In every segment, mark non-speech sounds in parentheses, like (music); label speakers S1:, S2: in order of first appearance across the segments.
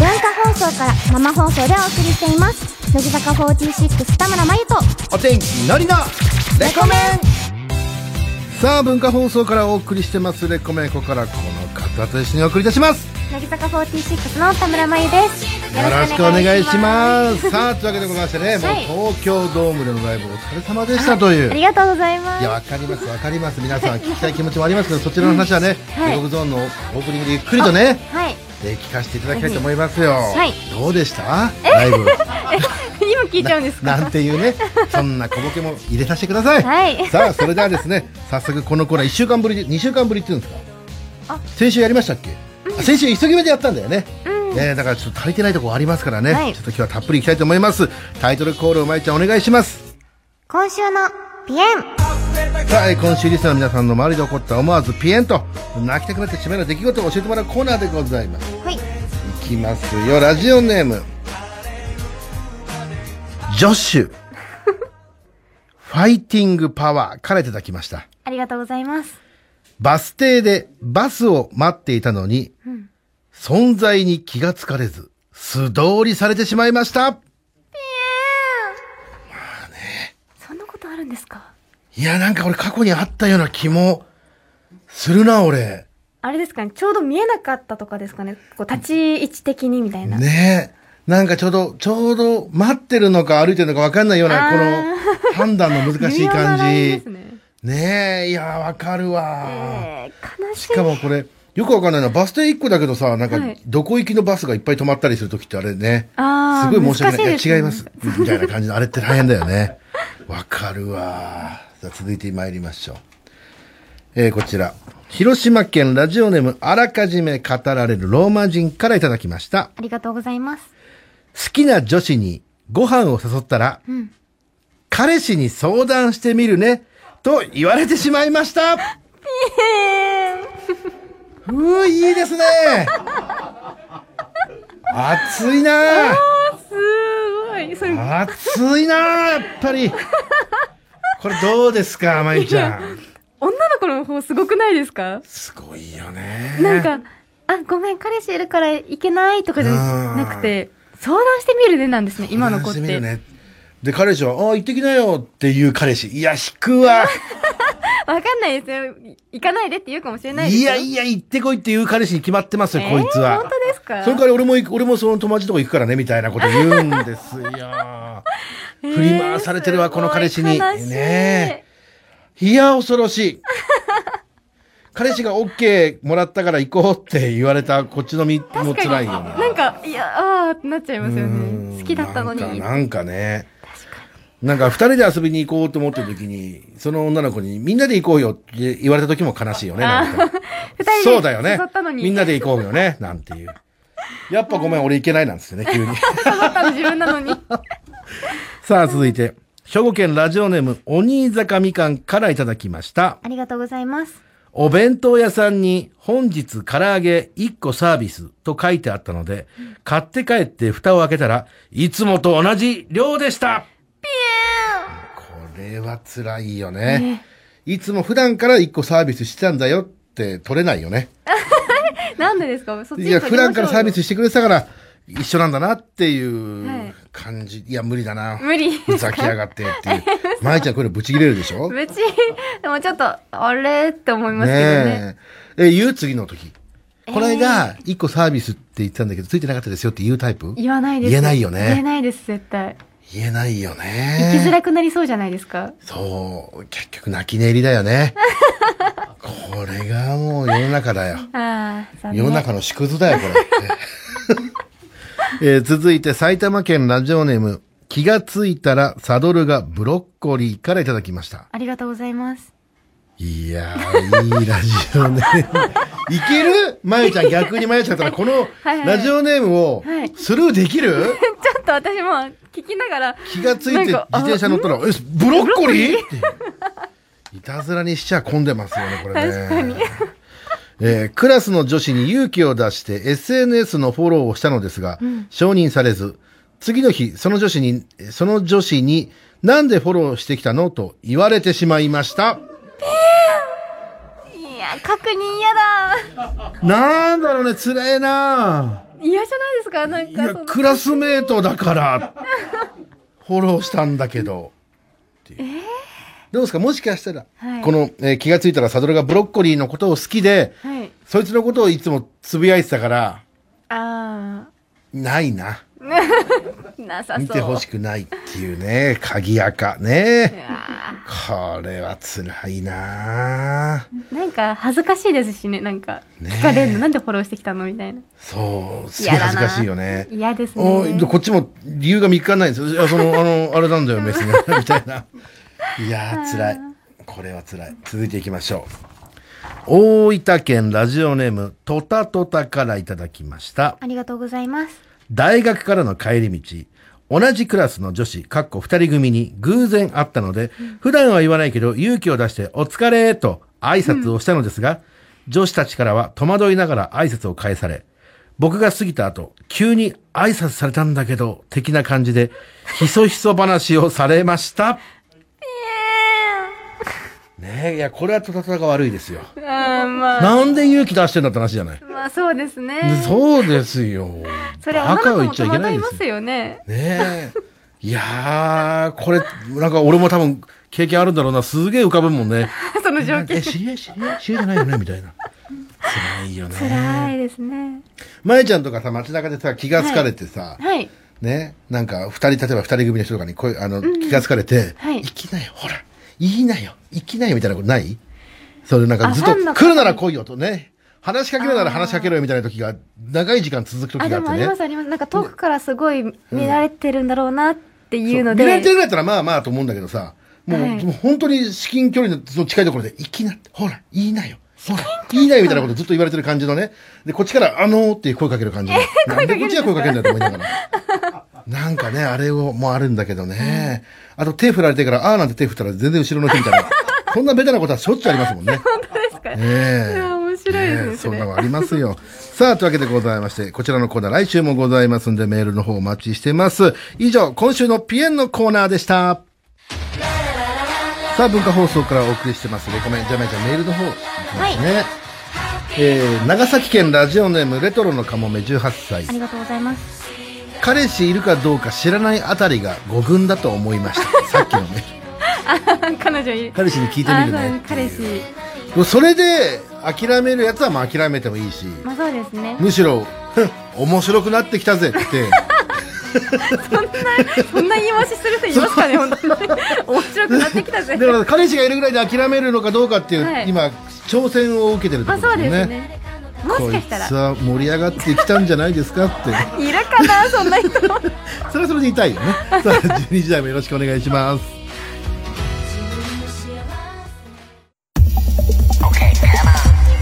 S1: 送から生放送でお送りしています乃木坂46田村真由と
S2: お天気のりのレコメンさあ文化放送からお送りしてますレコメンここからこの方と一緒にお送りいたします
S1: 乃木坂46の田村真由です
S2: よろしくお願いし
S1: す
S2: ますさあというわけでございましてね、
S1: はい
S2: もう東京ドームでのライブお疲れ様でしたという、
S1: あ
S2: い
S1: りがとうございます
S2: や、わかります、わかります。皆さん聞きたい気持ちもありますけど、そちらの話はね、
S1: はい
S2: レゴブゾーンのオープニングでゆっくりとね、
S1: はい
S2: えー聞かせていただきたいと思いますよ。
S1: はい
S2: どうでしたライブ。
S1: 今聞いちゃうんですか
S2: ななんていうね、そんな小ボケも入れさせてください。
S1: はい
S2: さあ、それではですね、早速このコーナー1週間ぶり、2週間ぶりっていうんですか
S1: あ。
S2: 先週やりましたっけ、あ先週急ぎ目でやったんだよね。
S1: う
S2: ねだからちょっと足りてないところありますからね、
S1: はい
S2: ちょっと今日はたっぷりいきたいと思います。タイトルコールをまいちゃんお願いします。
S1: 今週のピエン
S2: さあ、えー今週リスナーの皆さんの周りで起こった思わずピエンと泣きたくなってしまうような出来事を教えてもらうコーナーでございます。
S1: はい
S2: いきますよラジオネームジョッシュ (laughs) ファイティングパワーからいただきました
S1: ありがとうございます
S2: バス停でバスを待っていたのに、存在に気がつかれず素通りされてしまいました
S1: そんなことあるんですか
S2: いやなんか俺過去にあったような気もするな俺
S1: あれですかねちょうど見えなかったとかですかねこう立ち位置的にみたいな、
S2: ねえなんかちょうど、ちょうど待ってるのか歩いてるのか分かんないような、
S1: あ
S2: こ
S1: ー
S2: の判断の難しい
S1: 微妙な
S2: 感
S1: ラインで
S2: じ
S1: す。ね
S2: ねえ、いやー、わかるわ
S1: えー、悲
S2: ー。
S1: し
S2: し
S1: い
S2: かもこれ、よくわかんないのは、バス停1個だけどさ、なんか
S1: はい、
S2: どこ行きのバスがいっぱい止まったりするときってあれね、
S1: あ
S2: す
S1: ー
S2: ごい申し訳ない。
S1: 難しいですね
S2: いや違います。みたいな感じの、あれって大変だよね。わかるわー。さあ、続いて参りましょう。えー、こちら。広島県ラジオネーム、あらかじめ語られるローマ人からいただきました。
S1: ありがとうござい (laughs) ます
S2: 好きな女子にご飯を誘ったら、彼氏に相談してみるね、と言われてしまいました。うー、いいですね。熱いな
S1: すごいそれ
S2: 熱いなやっぱり。これどうですか、まゆちゃん。
S1: 女の子の方すごくないですか
S2: すごいよね。
S1: なんか、あ、ごめん、彼氏いるから行けないとかじゃ
S2: うん
S1: なくて、相談してみるねなんですね、今の子っ
S2: 話してみる
S1: て。
S2: ね。で、彼氏は、あ行ってきなよっていう彼氏。いや、引くわ。
S1: わかんないですよ。い行かないでって言うかもしれないです
S2: い
S1: よ。
S2: やいや、行ってこいっていう彼氏に決まってますよ、
S1: えー
S2: こいつは。
S1: 本当ですか
S2: それから俺も行く、俺もその友達のとこ行くからね、みたいなこと言うんですよ。
S1: (laughs) えー
S2: 振り回されてるわ、
S1: す
S2: こ
S1: ごい
S2: の彼氏に。
S1: 悲しい
S2: ねえ。いや、恐ろしい。彼氏が OK もらったから行こうって言われたこっちの身も
S1: 確
S2: 辛
S1: か
S2: い
S1: に、
S2: よな。
S1: なんか、いや、あーってなっちゃいますよ
S2: うん
S1: ね。好きだったのに。
S2: なん
S1: 確
S2: か
S1: か
S2: なんかね。なんか二人で遊びに行こうと思った時に、その女の子にみんなで行こうよって言われた時も悲しいよね。なんか
S1: 二人で
S2: そうだよね
S1: 誘ったの。に
S2: みんなで行こうよね。なんていう。やっぱごめん、俺行けないなんですよね、急
S1: (laughs) に。
S2: に。
S1: 誘ったの自分なの
S2: (laughs)
S1: に。
S2: さあ、続いて。兵庫県ラジオネーム、鬼坂みかんからいただきました。
S1: ありがとうございます。
S2: お弁当屋さんに本日唐揚げ1個サービスと書いてあったので、買って帰って蓋を開けたら、いつもと同じ量でしたこれは辛いよね。いつも普段から1個サービスしてたんだよって取れないよね。
S1: なんでですかそっち
S2: い
S1: に
S2: や、
S1: 取り
S2: 普
S1: ましょうよ
S2: 段からサービスしてくれてたから、一緒なんだなってい
S1: はいう
S2: 感じ。いや、無理だな。
S1: 無理
S2: ふざけやがってっていう。舞ちゃん、これブチ切れるでしょ
S1: 別
S3: (laughs)
S1: に、でもちょっと、あれって思いますけどね。
S2: ねえ。え、言う次の時。これが、一個サービスって言ってたんだけど、ついてなかったですよって言うタイプ
S1: 言わないです。
S2: 言えないよ
S1: 言え
S2: ね。
S1: ないです、絶対。
S2: 言えないよ
S1: 行きづ
S2: ね。
S1: らくなりそうじゃないですか
S2: そう。結局、泣き寝入りだよね。これがもう世の中だよ。
S1: ああ、残念。
S2: 世の中の縮図だよ、これ。
S1: (laughs)
S2: えー続いて、埼玉県ラジオネーム、気がついたらサドルがブロッコリーからいただきました。
S1: ありがとうござ
S3: (laughs)
S1: います。
S2: いやー、いいラジオネ
S1: (laughs)
S2: ーム。いけるまゆちゃん、逆にまゆちゃんだったら、この
S1: はいはい
S2: ラジオネームを
S1: はい
S2: スルーできる
S1: ちょっと私も聞きながら、
S2: 気がついて自
S1: なんかあ
S2: 転車乗ったら、え、ブロッコリーっていう。いたずらにしちゃ混んでますよね、これね。
S1: 確かに。
S2: えークラスの女子に勇気を出して SNS のフォローをしたのですが、承認されず、次の日、その女子に、その女子に、なんでフォローしてきたのと言われてしまいました。
S1: いや、確認嫌だ。
S2: なんだろうね、つれえな
S3: 嫌じゃないですかなん
S2: い
S3: か
S2: や
S3: その
S2: クラスメートだからフォローしたんだけどっていうどうですかもしかしたら、
S3: はい
S2: この、えー気がついたらサドルがブロッコリーのことを好きで
S3: はい
S2: そいつのことをいつもつぶやいてたから
S3: あ
S2: ないな
S3: あなさそう
S2: 見てほし
S3: く
S2: くないっていうね鍵垢ね
S3: あ
S2: これは辛いな
S3: ーなんか恥ずかしいですしねなんか
S2: ね
S3: 聞かれるのなんでフォローしてきたのみたいな
S2: そうすごい
S3: 嫌だ
S2: 恥ず
S3: な
S2: かしいよね
S3: 嫌です
S2: お
S3: ね
S2: いこっちも理由が見つかんないんですよ。いや、その、あの、あれなんだよ、別に。みたいな。いやー、辛い。これは辛い。続いていきましょう。大分県ラジオネーム、トタトタからいただきました。
S3: ありがとうございます
S2: 大学からの帰り道、同じクラスの女子、かっこ二人組に偶然会ったので、普段は言わないけど勇気を出してお疲れと挨拶をしたのですが、女子たちからは戸惑いながら挨拶を返され、僕が過ぎた後、急に挨拶されたんだけど、的な感じで、ひそひそ話をされました。ねえ、いや、これはとたたが悪いですよ。
S3: あーまあ
S2: なんで勇気出してんだって話じゃない。
S3: まあそうですね
S2: そうですよ。
S3: それ女
S2: バカを
S3: の
S2: 言っ
S3: 子
S2: ちゃ
S3: も
S2: いけ
S3: 戸
S2: な
S3: 惑
S2: い
S3: い
S2: で
S3: ます
S2: よ
S3: す。よね (laughs)
S2: ねえ。いやー、これ、なんか俺も多分経験あるんだろうな。すげえ浮かぶもん
S3: (laughs)
S2: ね。
S3: その状況
S2: え、知り合い、知り合い、知り合いじゃないよねみたいな。辛いよね。
S3: 辛いですね
S2: まえちゃんとかさ、街中でさ、気がつかれてさ、
S3: はい
S2: ね、なんか二人、例えば二人組の人とかに声、あの、気がつかれて、
S3: はい
S2: 行きなよ、ほら、言いなよ、行きなよ、みたいなことないそれなんかずっと、
S3: あファンの方
S2: 来るなら来いよとね、話しかけるなら話しかけろよみたいな時が、長い時間続く時
S3: あ
S2: があ
S3: で
S2: って
S3: もあり
S2: ね
S3: ま。すありますなんか遠くからすごい見られてるんだろうなっていうので、
S2: そう見られてるぐらいだったらまあまあと思うんだけどさ、もう、
S3: はい
S2: もう本当に至近距離の近いところで、いきなって、ほら、言いなよ。ほら、言いなよみたいなことずっと言われてる感じのね。で、こっちから、あのーっていう声かける感じの。なんでこっちが声かけるんだよと思いながら。なんかね、あれを、もうあるんだけどね。あと手振られてから、あーなんて手振ったら全然後ろの人みたいな。 (laughs) こんなベタなことはしょっちゅうありますもんね。
S3: 本当ですか、
S2: ええ
S3: いや面白いですね
S2: ええ
S3: そ
S2: そん
S3: れ
S2: なのありますよ。 (laughs) さあ、というわけでございまして、こちらのコーナー来週もございますんで、メールの方お待ちしてます。以上、今週のピエンのコーナーでした。さあ、文化放送からお送りしてます。レコメン、ジャメジャメールの方、いきますね。えー、長崎県ラジオネームレトロのかもめ18歳
S3: ありがとうございます (laughs)
S2: 彼氏いるかどうか知らないあたりが五軍だと思い
S3: (laughs)
S2: ましたさっきのね
S3: あ彼女いる
S2: 彼氏に聞いてみる
S3: あ
S2: ね
S3: そう彼氏
S2: でもそれで諦めるやつはまあ諦めてもいいし、
S3: まあそうですね
S2: むしろ (laughs) ふん面白くなってきたぜって
S3: (laughs) そんな (laughs) 言い回しする人いますかね本当に面白くなってきたぜ
S2: だから彼氏がいるぐらいで諦めるのかどうかっていう、
S3: はい
S2: 今挑戦を受けてるって
S3: ま
S2: こ
S3: あそ
S2: と
S3: う
S2: です
S3: で
S2: よ
S3: す
S2: ね
S3: ねもしかした
S2: こい
S3: ら
S2: つは盛り上がってきたんじゃないですかって
S3: いるかなそん
S2: (laughs)
S3: な人
S2: それはそれで痛いよね (laughs) さあ12時台もよろしくお願いします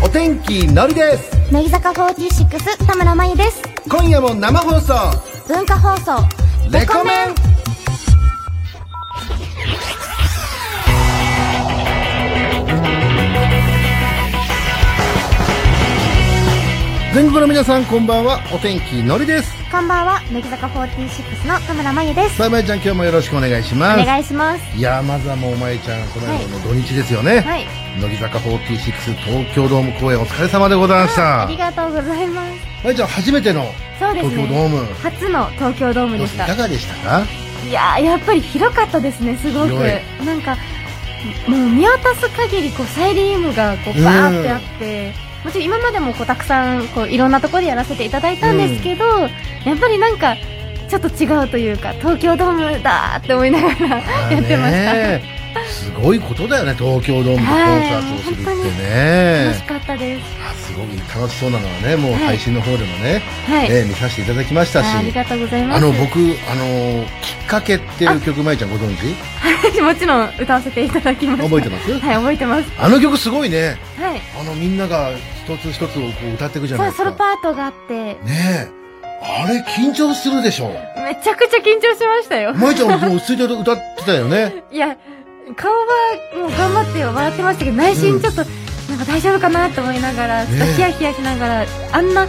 S2: お天気のりです
S1: 乃木坂46田村真由です
S2: 今夜も生放送
S1: 文化放送
S2: レコメン全国の皆さんこんばんはお天気のりです
S1: こんばんは乃木坂46の田村真由です
S2: さあまゆちゃん今日もよろしくお願いし
S1: お
S2: ます
S1: 願いします
S2: いやーまずはもうまゆちゃんこの間の土日ですよね、
S1: はい
S2: 乃木坂46東京ドーム公演お疲れ様でございまし
S1: あ
S2: た
S1: りがとうございます
S2: まゆちゃん初めての
S1: そうです
S2: 東
S1: ね
S2: 京ドーム、
S1: 初の東京ドーム
S2: ど
S1: で
S2: うです
S1: し
S2: いか
S1: た
S2: がでしたか
S1: いやーやっぱり広かったですねすごく
S2: 広
S1: なんかもう見渡す限りこうサイリウムがこうバーってあって、もちろん今までもこうたくさんこういろんなところでやらせていただいたんですけど、やっぱりなんかちょっと違うというか東京ドームだーって思いながら (laughs) やってました、
S2: ねすごいことだよね東京ドームでコンサートをするってね、
S1: 楽しかったです。
S2: あすごく楽しそうなのはねもう
S1: はい
S2: 配信の方でもね、
S1: はい。
S2: えー見させていただきましたし
S1: あありがとうございます。
S2: あの僕あのー「きっかけ」っていう曲まゆちゃんご存知
S1: 僕 (laughs) もちろん歌わせていただきました。
S2: 覚えてます、
S1: はい、覚えてます。
S2: あの曲すごいね
S1: はい。
S2: あのみんなが一つ一つをこう歌っていくじゃな
S1: そ、
S2: いうですか
S1: ソロパートがあって、
S2: ねえあれ緊張するでしょ
S1: めちゃくちゃ緊張しましたよ。
S2: まゆちゃんも落ち着いて歌ってたよね
S1: いや、顔はもう頑張って笑ってましたけど、内心ちょっと、なんか大丈夫かなと思いながら、ちょっと
S2: ね
S1: ヒヤヒヤしながら、あんな、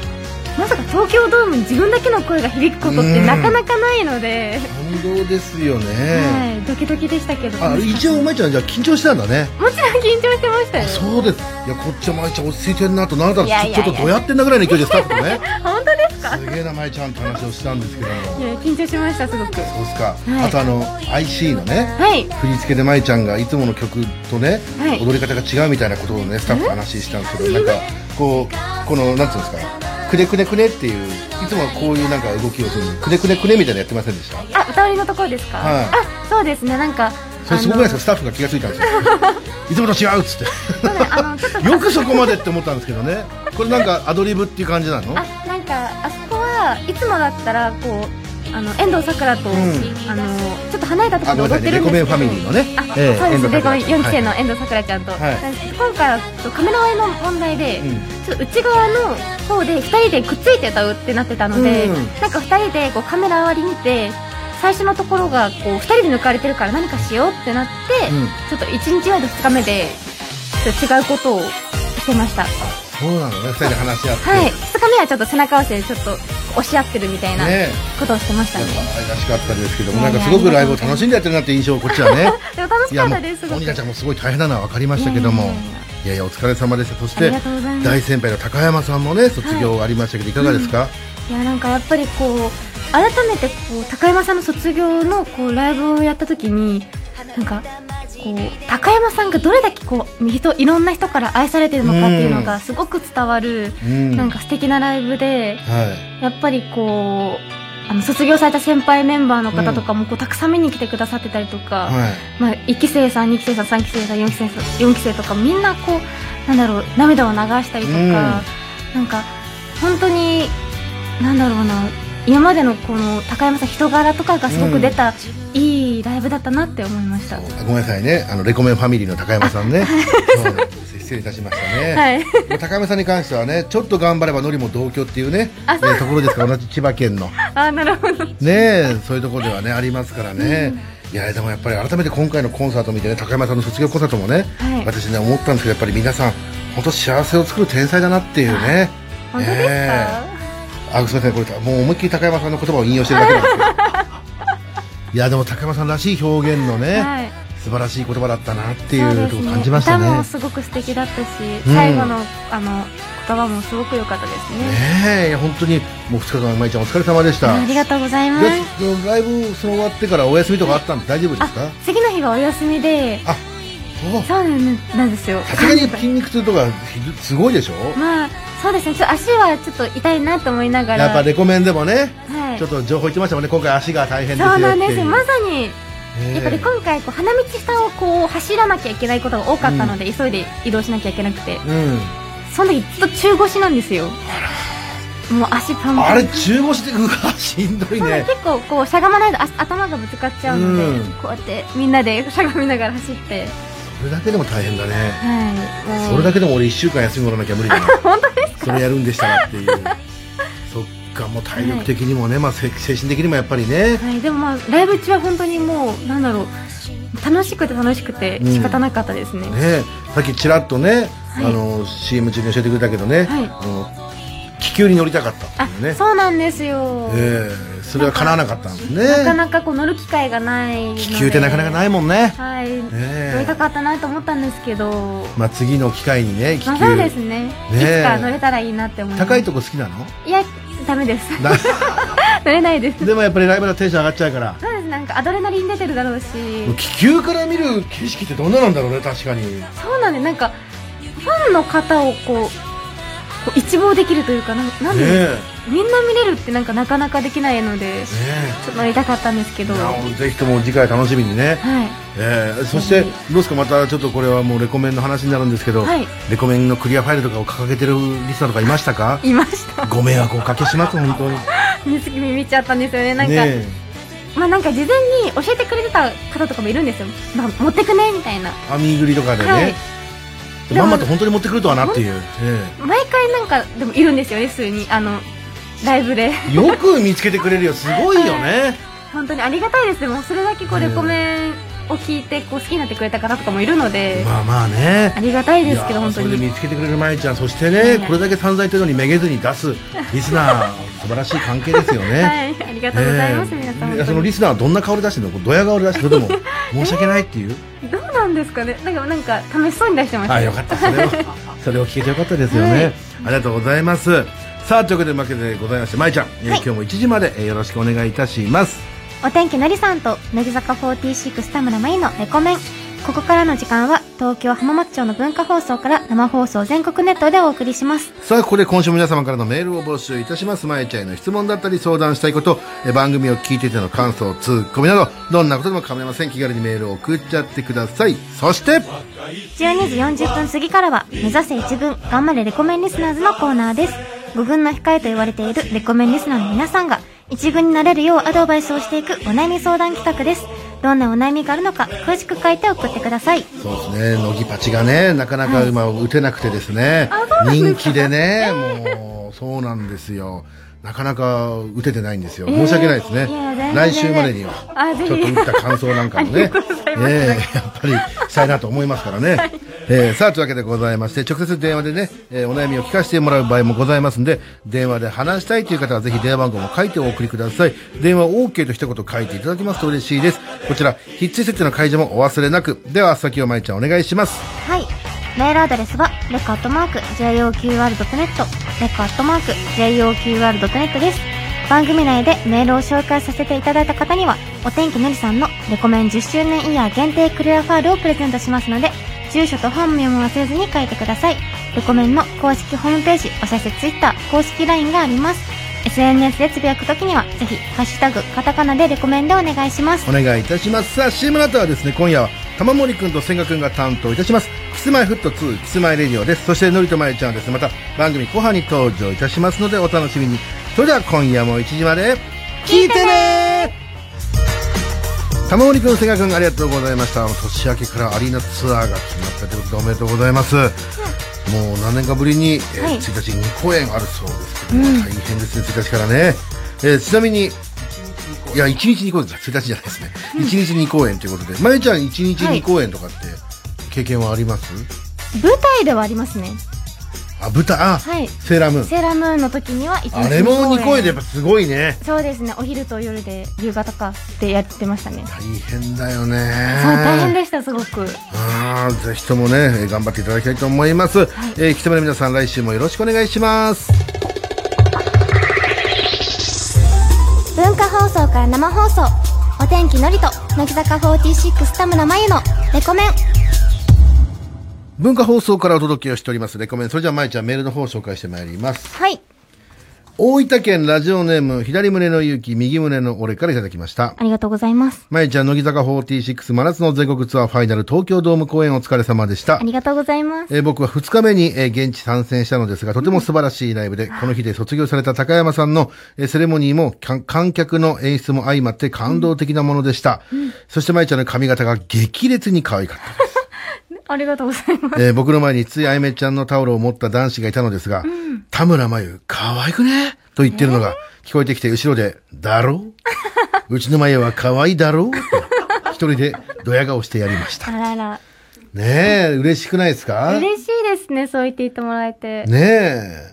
S1: まさか東京ドームに自分だけの声が響くことって
S2: うん
S1: なかなかないので、
S2: 感動ですよね、
S1: はい、ドキドキでしたけど。
S2: あ一応まゆちゃんじゃあ緊張してたんだね
S1: もちろん緊張してましたよ。
S2: そうです。いや、こっちは毎日落ち着いてんなと、なんだろう
S1: いやいやいや
S2: ちょっとどうやってんだぐらいの勢いでスタッフとね。
S1: 本当です
S3: か
S2: すげえ名前ちゃんと話をしたんですけども
S1: いや緊張しましたすごく
S2: そうっすか、
S1: はい
S2: あとあの IC のね、
S1: はい
S2: 振り付けで舞ちゃんがいつもの曲とね、
S1: はい
S2: 踊り方が違うみたいなことをねスタッフと話したんですけどなんかこうこのなんつうんですかくねくねくねっていういつもはこういうなんか動きをするくねくねくねみたいなのやってませんでした
S1: あ歌割りのところですか、
S2: はい
S1: あそうですねなんか
S2: それすごくないですかスタッフが気がついたん
S1: (laughs)
S2: ですよいつもと違うっつっ
S1: そうねあのちょっと
S2: てよくそこまでって思ったんですけどねこれなんかアドリブっていう感じなの
S1: あなんかあそこはいつもだったらこうあの遠藤さくらと、
S2: ん
S1: あのちょっと離れたとこ
S2: あ
S1: ろで
S2: ごめん
S1: 踊
S2: なさ
S1: っ
S2: い
S1: てる
S2: ねレ
S1: んです
S2: コ
S1: け
S2: メン
S1: ど
S2: ファミリーのね、
S1: あ、
S2: ええ
S1: そうですね、
S2: 遠藤さくら
S1: 4
S2: ちゃん
S1: 期生の
S2: はい
S1: 遠藤さくらちゃんと、
S2: はい
S1: 今回はちょっとカメラ割の問題で、
S2: うん
S1: ちょっと内側の方で2人でくっついて歌うってなってたので、
S2: うん
S1: なんか2人でこうカメラ割り見て最初のところがこう2人で抜かれてるから何かしようってなって、
S2: うん
S1: ちょっと1日目と2日目でちょっと違うことをしてましたは
S2: そうなのね二人で話し合って、
S1: い2日目はちょっと背中合わせでちょっと押し合ってるみたいな
S2: ね
S1: ことをしてましたね
S2: 愛らしかったですけども、
S1: い
S2: な
S1: や
S2: ん
S1: い
S2: か
S1: や
S2: すごくライブを楽しんでやってるなっていう印象をこっち
S1: (laughs)
S2: はね。
S1: でも楽しかっ
S2: も
S1: た
S2: う
S1: ですすごく
S2: 鬼ちゃんもすごい大変なのは分かりましたけども
S1: いやいやい、
S2: いやいやお疲れ様でした。そし
S1: あり
S2: て
S1: がとうございます
S2: 大先輩の高山さんもね卒業ありましたけどいかがですか？
S1: いやなんかやっぱりこう改めてこう高山さんの卒業のこうライブをやった時になんかこう高山さんがどれだけこう人いろんな人から愛されてるのかっていうの
S2: う
S1: がすごく伝わる、
S2: うん。
S1: なんか素敵なライブで
S2: は
S1: やっぱりこうあの卒業された先輩メンバーの方とかもこうたくさん見に来てくださってたりと
S2: い
S1: か、
S2: はい。
S1: まあ、1期生さん2期生さん3期生さん4期生さん4期生とかみんなこうなんだろう涙を流したりとか、
S2: うん
S1: なんか本当になんだろうな今までのこの高山さん人柄とかがすごく出た、いいライブだったなって思いました
S2: あごめんなさいねあのレコメンファミリーの高山さんね。そうなんです失礼いたしました
S1: (laughs)
S2: ね。
S1: はい
S2: まあ高山さんに関してはねちょっと頑張ればノリも同居っていうねえ
S1: あそう
S2: ーところですから同じ千葉県
S1: (laughs)
S2: の。
S1: あなるほど
S2: ねえそういうところではねありますからね、いやでもやっぱり改めて今回のコンサート見てね高山さんの卒業コンサートもね、
S1: はい
S2: 私ね思ったんですけどやっぱり皆さん本当幸せを作る天才だなっていうね
S1: 本当ですか、
S2: か、あすみませんこれもう思いっきり高山さんの言葉を引用してるだけなんですけ
S1: (laughs)
S2: どいやでも高山さんらしい表現のね、
S1: はい
S2: 素晴らしい言葉だったなってい
S1: そう
S2: う
S1: で
S2: と
S1: す
S2: ころ
S1: ね
S2: 感じましたね
S1: 歌もすごく素敵だったし、
S2: うん
S1: 最後のあの言葉もすごく良かったですね
S2: ねえ本当にもう2日間まいちゃんお疲れ様でした
S1: ありがとうございます
S2: でライブその終わってからお休みとかあったんで大丈夫ですか
S1: 次の日はお休みで
S2: あそう
S1: そうなんですよ
S2: さすがに筋肉痛とかすごいでしょ
S1: まあそうですねちょっと足はちょっと痛いなと思いながら
S2: やっぱレコメンでもね、
S1: はい
S2: ちょっと情報言ってましたもんね今回足が大変ですよ
S1: そ
S2: っ
S1: う
S2: ていう
S1: なんですよまさに
S2: ええ
S1: やっぱり今回こう花道下をこう走らなきゃいけないことが多かったので、急いで移動しなきゃいけなくて
S2: うん
S1: その時ずっと中腰なんですよもう足パンパン
S2: あれ中腰でうわしんどい
S1: そうなん
S2: ね
S1: です結構こうしゃがまないとあ頭がぶつかっちゃうので、
S2: うん
S1: こうやってみんなでしゃがみながら走って
S2: それだけでも大変だね
S1: はいもう
S2: それだけでも俺1週間休みもらわなきゃ無理だな
S1: (laughs) 本当です
S2: それやるんでしたらっていう
S1: (laughs)
S2: そっかもう体力的にもね、まあ、せ精神的にもやっぱりね
S1: はい、でもまあライブ中は本当にもうなんだろう楽しくて楽しくて仕方なかったですね、
S2: ねさっきちらっとね、
S1: はい
S2: あの CM 中に教えてくれたけどね、
S1: はい
S2: あの気球に乗りたかった
S1: あ
S2: っていうね
S1: そうなんですよ、
S2: ええそれは叶わなかったんですね
S1: なかなかこう乗る機会がないので
S2: 気球ってなかなかないいもんね、
S1: はい、
S2: え
S1: 乗りたかったなと思ったんですけど
S2: まあ、次の機会にね気球、
S1: まあそうですね
S2: え
S1: いつか乗れたらいいなって思います
S2: 高いとこ好きなの
S1: いやダメです (laughs)
S2: な
S1: 乗れないです
S2: でもやっぱりライブのテンション上がっちゃうから
S1: そうですなんかアドレナリン出てるだろうし
S2: 気球から見る景色ってどんななんだろうね確かに
S1: そうなんでなんかファンの方をこうこう一望できるというかなんなん
S2: ね
S1: で、
S2: え
S1: みんな見れるってなんかなかなかできないので
S2: ね
S1: ちょっと乗りたかったんですけ
S2: え
S1: ど
S2: いや
S1: は
S2: ぜひとも次回楽しみにね、
S1: い
S2: ええそしてどうですかまたちょっとこれはもうレコメンの話になるんですけど、
S1: はい
S2: レコメンのクリアファイルとかを掲げてるリスナーとかいましたか
S1: いました (laughs)
S2: ご迷惑をおかけします本当に
S1: 水着見ちゃったんですよねなんか、
S2: ね
S1: まあなんか事前に教えてくれてた方とかもいるんですよ、まあ、持ってくねみたいな
S2: え網ぐりとかでね、
S1: はいでも
S2: まんまと本当に持ってくるとはなっていう、え
S1: 毎回なんかでもいるんですよね数にあのライブで (laughs)
S2: えよく見つけてくれるよすごいよね
S1: 本当にありがたいですでもそれだけこう
S2: ね
S1: レコメンを聞いてこう好きになってくれた方とかもいるので、
S2: まあまあね
S1: ありがたいですけ
S2: いや
S1: ど
S2: ー
S1: 本当
S2: それで
S1: に
S2: 見つけてくれるまゆちゃんそしてね、
S1: はい
S2: これだけ散財というのにめげずに出すリスナー素晴らしい関係ですよね、
S1: はいありがとうございます、
S2: ねえ
S1: 皆さん
S2: いやそ
S1: 本
S2: の
S1: 当に
S2: リスナーはどんな顔で出してるのこうドヤ顔で出してるそれ
S1: (laughs)
S2: とも申し訳ないっていう、
S1: どうなんですかねなんかなんか楽しそうに出してました (laughs)
S2: あよかったそれをそれを聞けてよかったですよね、ありがとうございますさあというわけで負けでございましてまいちゃん、えー
S4: はい
S2: 今日も1時まで、えーよろしくお願いいたします
S4: お天気のりさんと乃木坂46田村真由のレコメンここからの時間は東京浜松町の文化放送から生放送全国ネットでお送りします
S2: さあここで今週も皆様からのメールを募集いたしますまえちゃんへの質問だったり相談したいことえー番組を聞いてての感想ツッコミなどどんなことでも構いません気軽にメールを送っちゃってくださいそして
S4: 12時40分過ぎからは目指せ一軍頑張れレコメンリスナーズのコーナーです5軍の控えと言われているレコメンリスナーの皆さんが一軍になれるようアドバイスをしていくお悩み相談企画ですどんなお悩みがあるのか詳しく書いて送ってください
S2: そうですね乃木パチがねなかなか今打てなくてですね、人気でね、もうそうなんですよなかなか打ててないんですよ、申し訳ないですね
S4: いや全然
S2: 来週までには
S4: あ
S2: ち
S4: ぜひ
S2: ょっと打った感想なんかも
S4: あ
S2: ね
S4: りがとうございます
S2: ええやっぱりしたいなと思いますからね、ええさあというわけでございまして直接電話でね、えーお悩みを聞かせてもらう場合もございますんで電話で話したいという方はぜひ電話番号も書いてお送りください電話 OK と一言書いていただきますと嬉しいですこちら必須設定の解除もお忘れなくでは先をまいちゃんお願いします
S4: はい。メールアドレスは、レカアットマーク、JOQR.net、レカアットマーク、JOQR.net です。番組内でメールを紹介させていただいた方には、お天気のりさんのレコメン10周年イヤー限定クリアファールをプレゼントしますので、住所と本名も忘れずに書いてください。レコメンの公式ホームページ、お知らせツイッター、公式 LINE があります。SNS でつぶやくときには、ぜひ、ハッシュタグ、カタカナでレコメンでお願いします
S2: お。願いいたしますさあ CM の後はですね今夜は玉森くんと千賀くんが担当いたしますキスマイフット2キスマイレディオですそしてのりとまゆちゃんはですねまた番組後半に登場いたしますのでお楽しみにそれでは今夜も1時まで聞いてね玉森くん千賀くんありがとうございました年明けからアリーナツアーが決まったということでおめでとうございます、もう何年かぶりに、えー
S4: はい
S2: 1日に2公演あるそうですけど、大変ですね1日からね、えーちなみにいや、1日2公演か、1日じゃないですね。1日2公演ということで、まゆちゃん1日
S4: は
S2: 2
S4: い
S2: 公演とかって経験はあります
S4: 舞台ではありますね。
S2: あ、豚、あ、
S4: はい。
S2: セーラームーン。
S4: セーラームーンの時には一日
S2: あれも2公演でやっぱ
S4: 公
S2: すごいね。
S4: そうですねお昼と夜で夕方かってやってましたね
S2: 大変だよね。
S4: そう大変でしたすごく
S2: あーぜひともね、えー頑張っていただきたいと思います。えー、来てもらう皆さん、来週もよろしくお願いします。
S4: 文化放送から生放送お天気のりと乃木坂46田村真由のレコメン
S2: 文化放送からお届けをしております。レコメン。それじゃあ、まゆちゃん、メールの方を紹介してまいります。
S4: はい
S2: 大分県ラジオネーム、左胸の勇気、右胸の俺からいただきました。
S4: ありがとうございます
S2: まゆちゃん、乃木坂46真夏の全国ツアーファイナル東京ドーム公演お疲れ様でした
S4: あ。りがとうございます
S2: えー僕は2日目に、えー現地参戦したのですが、とても素晴らしいライブで、この日で卒業された高山さんの、えーセレモニーもかん観客の演出も相まって感動的なものでした。そしてまゆちゃんの髪型が激烈に可愛かった。
S4: ありがとうござい (laughs) ます
S2: えー僕の前についあゆめちゃんのタオルを持った男子がいたのですが、田村真由、可愛くねと言ってるのが聞こえてきて後ろで、だろ
S4: (laughs)
S2: ううちの真由は可愛いだろうと一人でドヤ顔してやりまし
S4: あ
S2: た。
S4: らら
S2: ねえ、嬉しくないですかね
S4: 嬉しいですねそう言っていてもらえて
S2: え。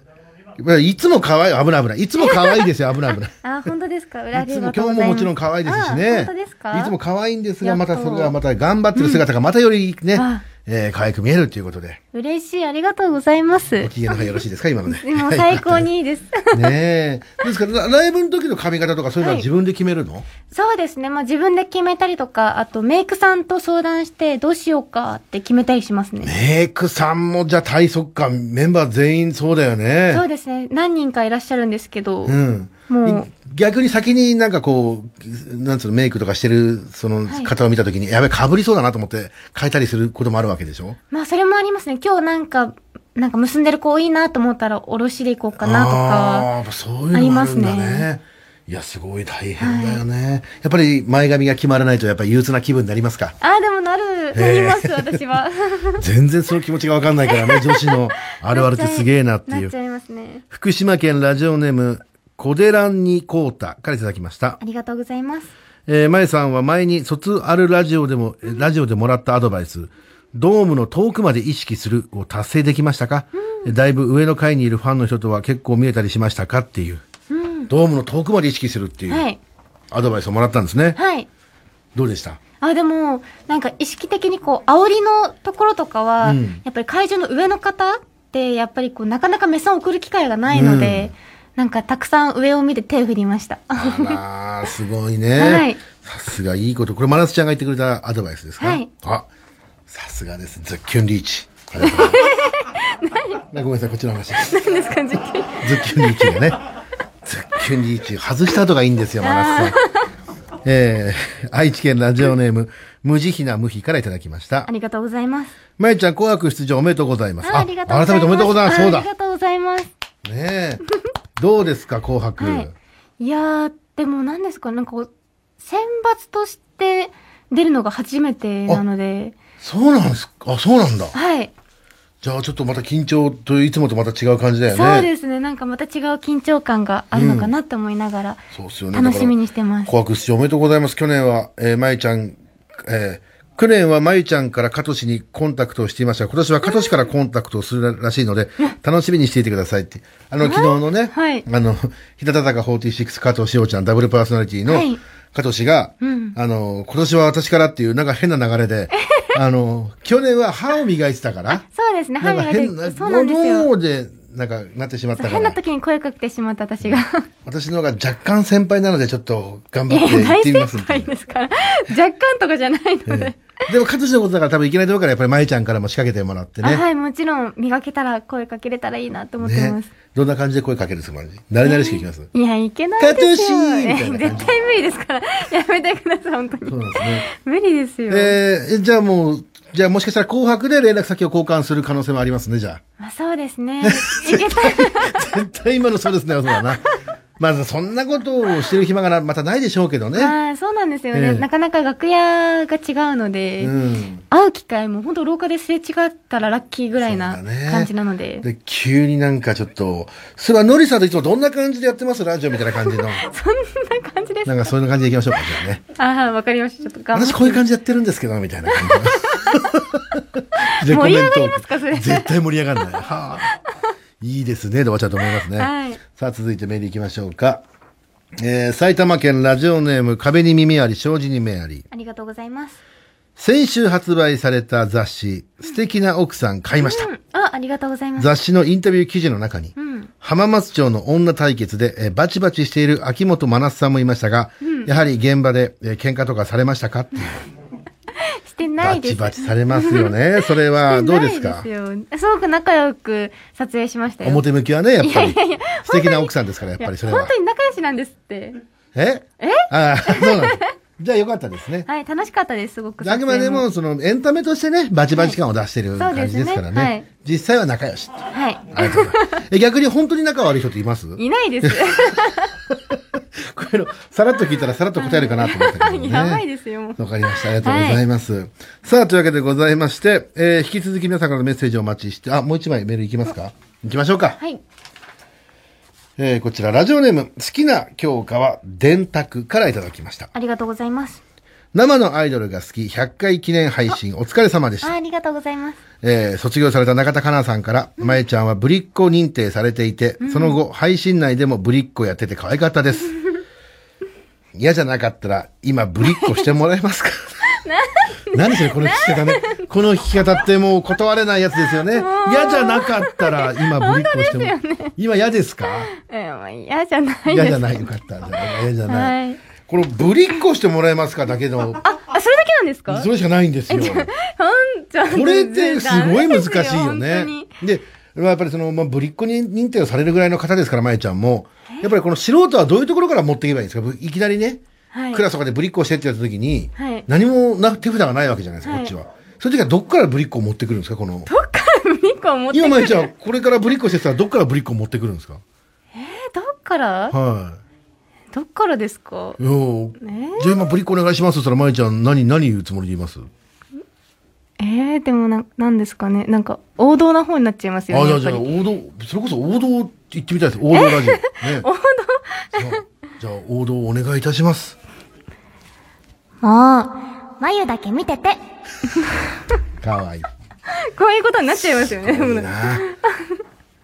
S2: まあいつも可愛い、危ない危ない。いつも可愛い
S4: (laughs)
S2: ですよ、危ない危ない。
S4: あ本当ですか裏
S2: い
S4: 切
S2: つ
S4: り
S2: も
S4: が
S2: 今日ももちろん可愛いですしね。
S4: 本当ですか
S2: いつも可愛いんですが、
S4: やっ
S2: ま
S4: と
S2: たそれがまた頑張ってる姿がまたよりね、
S4: あ
S2: えー可愛く見えるということで、
S4: 嬉しいありがとうございます
S2: ご機嫌の方よろしいですか、今ので。
S4: もう最高にいいです
S2: ねえ。ですから、ラライブの時の髪型とかそういうのは
S4: はい
S2: 自分で決めるの、
S4: そうですね。まあ自分で決めたりとか、あとメイクさんと相談してどうしようかって決めたりしますね。
S2: メイクさんもじゃあ体側か、メンバー全員そうだよね。
S4: そうですね。何人かいらっしゃるんですけど、
S2: うん。
S4: もう
S2: い逆に先になんかこう、なんつうの、メイクとかしてる、その
S4: はい
S2: 方を見た時に、やべ、被りそうだなと思って変えたりすることもあるわけでしょ
S4: まあそれもありますね。今日なんか、なんか結んでる子多いなと思ったらおろしでいこうかなとか。
S2: あー、そういうのもあるんだ
S4: あります
S2: ね。いや、すごい大変だよね。やっぱり前髪が決まらないと、やっぱり憂鬱な気分になりますか
S4: ああー、でもなる、なります、
S2: (laughs)
S4: 私は。
S2: 全然その気持ちがわかんないからね、女子のあるあるってすげえなってい
S4: なっ
S2: う
S4: ち。ゃいますね。
S2: 福島県ラジオネーム、コデランニコータからいただきました
S4: あ。りがとうございます。
S2: えー、まえさんは前に卒あるラジオでも、えーラジオでもらったアドバイス、ドームの遠くまで意識するを達成できましたか、だいぶ上の階にいるファンの人とは結構見えたりしましたかっていう、ドームの遠くまで意識するってい
S4: は
S2: う
S4: い。
S2: アドバイスをもらったんですね。
S4: はい。
S2: どうでした
S4: あ、でも、なんか意識的にこう、煽りのところとかは、
S2: うん
S4: やっぱり会場の上の方って、やっぱりこう、なかなか目線を送る機会がないので、
S1: なんかたくさん上を見て手を振りました。
S2: あ
S1: (laughs)
S2: らー、すごいね。
S1: はい
S2: さすがいいこと。これ、真夏ちゃんが言ってくれたアドバイスですか
S1: はい
S2: あ、さすがです。ズッキュンリーチ。ありがとうございます (laughs) ごめんなさい、こっちの話です。
S1: 何です
S2: (laughs)
S1: か、実験。
S2: ズッキュンリーチがね。ズッキュンリーチ、外した後がいいんですよ、真夏さん。えー、愛知県ラジオネーム、無慈悲な無比からいただきました
S1: あ。りがとうございます。
S2: まゆちゃん、紅白出場おめでとうございます。
S1: あありがとうございます。
S2: 改めておめでとうございます。そう
S1: あ
S2: だ
S1: り。がとうございます。
S2: ねえ。どうですか、紅白。
S1: はい。いやー、でも何ですか、なんかこう、選抜として出るのが初めてなので、
S2: そうなんですか。あ、そうなんだ。
S1: はい。
S2: じゃあちょっとまた緊張といういつもとまた違う感じだよね。
S1: そうですね。なんかまた違う緊張感があるのかなって思いながら、
S2: そうですよね。
S1: 楽しみにしてます
S2: だから紅白出場おめでとうございます。去年は、えー、まゆちゃん、えー、去年はまゆちゃんからかとしにコンタクトをしていましたが、今年はかとしからコンタクトをするらしいので、楽しみにしていてくださいって。あの、昨日のね、
S1: はい
S2: あの、日向坂46加藤しおちゃんダブルパーソナリティの
S1: はい
S2: 加藤氏が、
S1: うん
S2: あの、今年は私からっていうなんか変な流
S1: (laughs)
S2: れで、あの、去年は歯を磨いてたから、
S1: そうですね。
S2: (laughs) な
S1: 歯
S2: んか
S1: 磨いて
S2: 変な、
S1: そうなんですよ。
S2: 脳で、なんかなってしまったか
S1: 変な
S2: ら。
S1: 時に声かけてしまった私が。
S2: 私の方が若干先輩なので、ちょっと頑
S1: い
S2: 張
S1: や
S2: って行っ
S1: 大
S2: てみます
S1: 先
S2: みたい
S1: 輩
S2: な。
S1: ですから。若干とかじゃない
S2: (laughs)
S1: ので。
S2: でも、勝地のことだから多分いけないところから、やっぱり舞ちゃんからも仕掛けてもらって
S1: あ
S2: ね。
S1: はい、もちろん磨けたら声かけれたらいいなと思ってま
S2: ね
S1: す。。
S2: どんな感じで声かけるんですか、マジ慣れ慣れしくいきます。
S1: いや、いけないですよ。
S2: カトシー
S1: ね
S2: みたいな感じ
S1: 絶対無理ですから。 (laughs) やめてください、本当
S2: そ
S1: に。
S2: うなんですね。
S1: 無理ですよ。
S2: えー、じゃあもう、じゃあもしかしたら紅白で連絡先を交換する可能性もありますね、じゃ
S1: まあそうです
S2: (laughs)
S1: ね。いけたら。 (laughs)
S2: あ。絶対今のそうですね、そうだな。まず、そんなことをしてる暇がな (laughs) またないでしょうけど
S1: (laughs)
S2: ね。
S1: あーそうなんですよ
S2: え
S1: ね。
S2: え
S1: なかなか楽屋が違うので。
S2: うん。
S1: 会う機会も本当廊下ですれ違ったらラッキーぐらいな
S2: そうだね
S1: 感じなので。
S2: で、急になんかちょっと、それはノリさんといつもどんな感じでやってますラジオみたいな感じの。
S1: そんな感じです。
S2: (laughs) なんかそういう感じでいきましょうか、じゃあね。
S1: ああ、わかりました。ちょっと頑張っ
S2: 私
S1: て。
S2: こういう感じやってるんですけど、みたいな感じ。
S1: (laughs)
S2: で
S1: 盛り上が
S2: コメント
S1: りますかそれ
S2: 絶対盛り上がらない。
S1: (laughs)
S2: はあ。いいですね、で終わっちゃうと思いますね。
S1: はい
S2: さあ、続いてメールいきましょうか。えー、埼玉県ラジオネーム、壁に耳あり、障子に目あり。
S1: ありがとうございます。
S2: 先週発売された雑誌、素敵な奥さん買いました。
S1: うん。あ、ありがとうございます。
S2: 雑誌のインタビュー記事の中に、
S1: うん。
S2: 浜松町の女対決で、えーバチバチしている秋元真夏さんもいましたが、やはり現場で、えー喧嘩とかされましたかっていう
S1: してな
S2: バ
S1: いで
S2: チ
S1: す。
S2: バチされますよね。
S1: (laughs)
S2: それはどうですか
S1: してないですよすごく仲良く撮影しましたよ。
S2: 表向きはね、やっぱり
S1: いやいや。
S2: 素敵な奥さんですから、やっぱりそれ
S1: いや
S2: は
S1: 本。当に仲良しなんですって。
S2: ええああ、そうなんです。じゃあよかったですね。
S1: はい、楽しかったです、すごく。
S2: あくまでも、その、エンタメとしてね、バチバチ感を出してる
S1: はい
S2: 感じですか
S1: そ
S2: らね。
S1: うですねはい
S2: 実際は仲良し。
S1: 撮影も。は
S2: ありがとうございますえ逆に本当に仲悪い人っています
S1: い。いないです。
S2: こういうの、さらっと聞いたらさらっと答えるかなと思ったけど
S1: (laughs)
S2: ね。
S1: やばいですよ、もう。
S2: わかりました。ありがとうございます。さあ、というわけでございまして、えー引き続き皆さんからのメッセージをお待ちして、あ、もう一枚メールいきますか行きましょうか。
S1: はい。
S2: えーこちら、ラジオネーム、好きな教科は電卓からいただきました。
S1: ありがとうございます。
S2: 生のアイドルが好き、100回記念配信、お疲れ様でし
S1: あ
S2: た。
S1: ありがとうございます。
S2: えー卒業された中田香奈さんから、まえちゃんはぶりっ子認定されていて、その後、配信内でもぶりっ子やってて可愛かった (laughs) です。嫌じゃなかったら、今、ぶりっ子してもらえ (laughs) ますか何それこの聞き方ね。この聞き方ってもう断れないやつですよね。嫌じゃなかったら、今、ぶりっ子してもらえ今、嫌ですか
S1: えー、もう嫌じゃないです。
S2: 嫌じゃない。よかった。嫌じゃない。
S1: はい。
S2: このぶりっこしてもらえますかだけの、
S1: あ、あそれだけなんですか
S2: それしかないんですよ。こ
S1: ほんちゃん
S2: れってすごい
S1: ダメで
S2: 難しいよ
S1: すよ本当
S2: ね
S1: に。
S2: で、やっぱりその、まあ、ぶりっ子に認定をされるぐらいの方ですから、まゆちゃんも。やっぱりこの素人はどういうところから持っていけばいいんですかぶいきなりね、
S1: はい
S2: クラスとかでぶりっこしてってやった時に、
S1: はい
S2: 何もな手札がないわけじゃないですか、こっちは。そういう時はどっからぶりっ子を持ってくるんですかこの。
S1: どっ (laughs) からぶりっ子を持ってく
S2: 今
S1: る
S2: まゆちゃん、これからぶりっこしてたらどっからぶりっ子を持ってくるんですか
S1: えどっから
S2: は
S1: どっからですか
S2: い。いやー
S1: ね
S2: じゃあ今ぶりっ子お願いしますって言ったら、まゆちゃん何、何言うつもりで言います
S1: えー、でもな、なんですかね。なんか、王道な方になっちゃいますよ
S2: あ、
S1: ね。
S2: じゃ
S1: やっぱ
S2: あ、じゃあ、
S1: り
S2: 王道、それこそ王道行ってみたいです。王道
S1: (laughs)
S2: ラジオ。ね、王道じゃあ、王道お願いいたします。
S1: もう、眉だけ見てて。
S2: かわいい。
S1: こういうことになっちゃいますよね。でもね
S2: な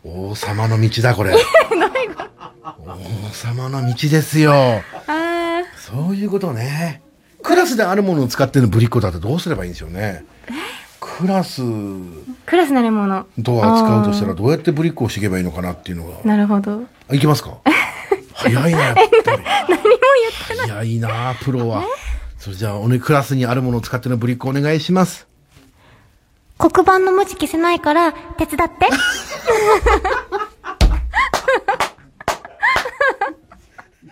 S2: 王様の道だ、こ
S1: (laughs)
S2: れ。王様の道ですよ。
S1: あ
S2: そういうことね。クラスであるものを使ってるぶりっ子だってどうすればいいんでしょうね。クラス
S1: クラスなるもの。
S2: ドア使うとしたらどうやってブリックをしていけばいいのかなっていうのが。
S1: なるほど。
S2: あいきます (laughs) か早いな、やっぱり。何も言ってない。早いな、プロは。それじゃあ、おね、クラスにあるものを使ってのブリックお願いします。
S1: 黒板の文字消せないから、手伝って。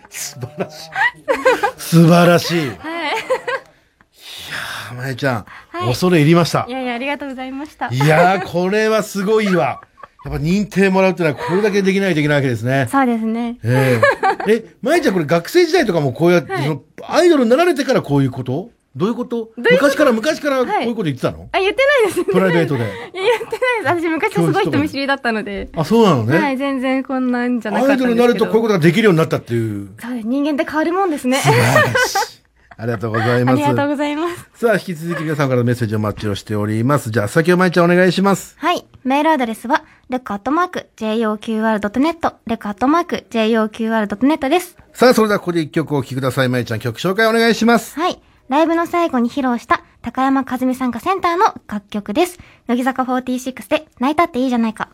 S2: 素晴らしい。素晴らしい。いやー、まゆちゃん、恐れ入りました
S1: い。やいや、ありがとうございました。
S2: いやー、これはすごいわ。やっぱ認定もらうってのはこれだけできないといけないわけですね。
S1: そうですね。
S2: えええ、まゆちゃんこれ学生時代とかもこうやって、そのアイドルになられてからこういうことどういうこと昔から昔からこう
S1: はい
S2: いうこと言ってたの、
S1: あ、言ってないですね。
S2: プライベート
S1: い
S2: で。
S1: や、言ってないです。私、昔はすごい人見知りだったので。
S2: あ、そうなのね。
S1: はい、全然こんなんじゃなかっ
S2: ア
S1: た
S2: イ
S1: んで
S2: ド
S1: すけ
S2: ルに
S1: ど。
S2: なるとこういうことができるようになったっていう。
S1: (laughs) そうです。人間って変わるもんですね。
S2: 素晴らしい。ありがとうござい
S1: あ
S2: ま
S1: りがとう
S2: す。
S1: ございます。
S2: さあ、引き続き皆さんからのメッセージをお待ちをしております。じゃあ、先をまゆちゃんお願いします。
S1: (laughs) はい。メールアドレスは、ルカアットマーク、joqr.net、ルカアットマーク、joqr.net です。
S2: さあ、それではここで一曲お聴きください。まゆちゃん曲紹介お願いします。
S1: はい。ライブの最後に披露した高山和美さんがセンターの楽曲です。乃木坂46で泣いたっていいじゃないか。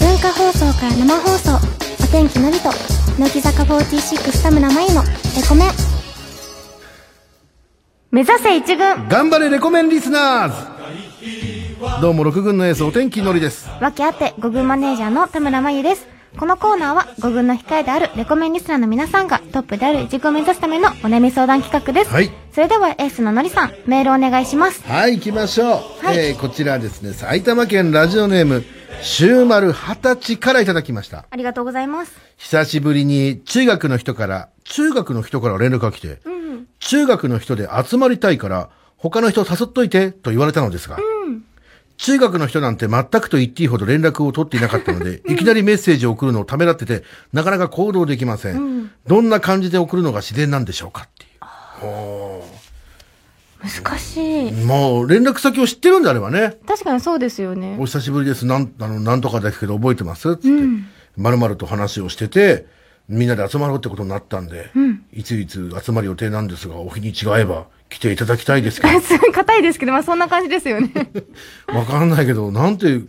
S1: 文化放送から生放送。お天気のりと、乃木坂46田村舞のレコメン。目指せ一軍
S2: 頑張れレコメンリスナーズどうも6軍のエースお天気のりです
S1: わけあって5軍マネージャーの田村真由です。このコーナーは5軍の控えであるレコメンリスナーの皆さんがトップである一軍を目指すためのお悩み相談企画です。
S2: はい
S1: それではエースののりさん、メールお願いします。
S2: はい行きましょう、
S1: はい
S2: えーこちらですね埼玉県ラジオネームシューマル二十歳からいただきました
S1: ありがとうございます。
S2: 久しぶりに中学の人から中学の人から連絡が来て、中学の人で集まりたいから他の人誘っといてと言われたのですが、中学の人なんて全くと言っていいほど連絡を取っていなかったので、いきなりメッセージを送るのをためらってて、なかなか行動できません。どんな感じで送るのが自然なんでしょうかっていう。
S1: 難しい。
S2: もう連絡先を知ってるんであればね、
S1: 確かにそうですよね。
S2: お久しぶりです、なん、あの、なんとかですけど覚えてますつって、まるまると話をしてて、みんなで集まろうってことになったんで、いついつ集まる予定なんですが、お日にちが合えば来ていただきたいですけ
S1: (laughs) すごい硬いですけど、まあそんな感じですよ
S2: (laughs)
S1: ね。
S2: ど、わかんないけど、なんて、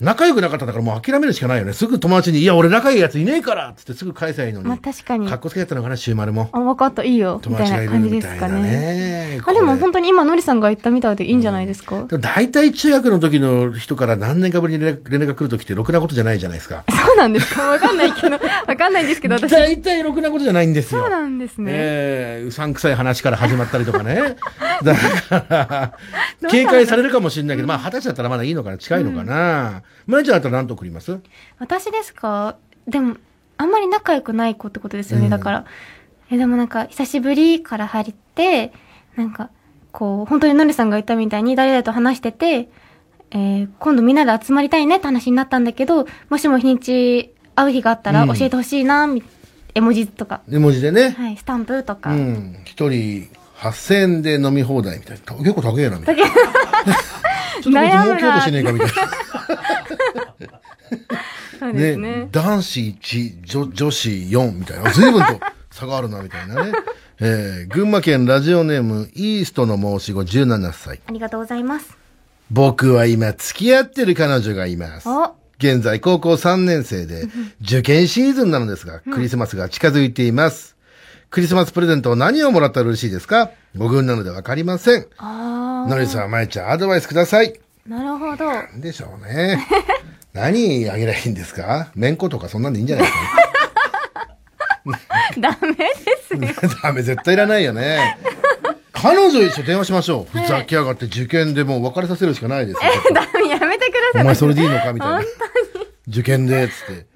S2: 仲良くなかったんだからもう諦めるしかないよね。すぐ友達に、いや、俺仲いいやついねえからっつってすぐ返せばいいのに。
S1: まあ確かに
S2: かっこつけだったのかな、週丸も。
S1: あ、わかった、いいよ。み
S2: 友
S1: た
S2: 達がい
S1: いな
S2: る
S1: 感じ
S2: み
S1: です
S2: たい
S1: か
S2: な
S1: ね。
S2: ね。
S1: あ、でも本
S2: 当
S1: 当に今、のりさんが言ったみたいでいいんじゃないですか、
S2: でも大体中学の時の人から何年かぶりに連絡連絡が来る時ってろくなことじゃないじゃないですか。
S1: そうなんですかわかんないけど、 (laughs) わかんないですけど、
S2: (laughs)
S1: 私。そ
S2: 大体ろくなことじゃないんですよ。
S1: うなんですね。
S2: ええうさんくさい話から始まったりと
S1: (laughs)
S2: かね。だから、警戒されるかもしれないけど、まあ、二十歳だったらまだいいのかな、近いのかな。まゆちゃんだったら何と送ります
S1: 私ですかでも、あんまり仲良くない子ってことですよね、
S2: うん
S1: だから。え、でもなんか、久しぶりから入って、なんか、こう、本当にのりさんが言ったみたいに、誰々と話してて、えー今度みんなで集まりたいねって話になったんだけど、もしも日にち会う日があったら
S2: うん
S1: 教えてほしいな、み絵文字とか、
S2: 絵文字でね。
S1: はい、スタンプとか。
S2: うん。一人8000円で飲み放題みたいな。結構高えな、みたいな。ちょっ
S1: 悩
S2: と
S1: むな
S2: 儲けようとしてねえか、みたいな。
S1: そうです (laughs) ね。
S2: ね、男子1、女女子4みたいな、随分と差があるな、みたいなね。えー、群馬県ラジオネーム、イーストの申し子17歳。
S1: ありがとうございます。
S2: 僕は今付き合ってる彼女がいます。
S1: お、
S2: 現在高校3年
S1: (laughs)
S2: 生で、受験シーズンなのですが、クリスマスが近づいています。クリスマスプレゼントを何をもらったら嬉しいですか僕軍なのでわかりません。
S1: あ
S2: のりさん、まゆちゃん、アドバイスください。
S1: ー、なるほど。
S2: なんでしょう
S1: (laughs)
S2: ね。何あげりゃいいんですかめんことかそんなんでいいんじゃないですか
S1: (laughs) ダメですよ。
S2: (laughs) ダメ、絶対いらないよね。
S1: (laughs)
S2: 彼女一緒電話しましょう。ふざけやがって受験でもう別れさせるしかないですよ。
S1: ダメ、やめてください。
S2: お前それでいいのかみたいな。受験で、つって。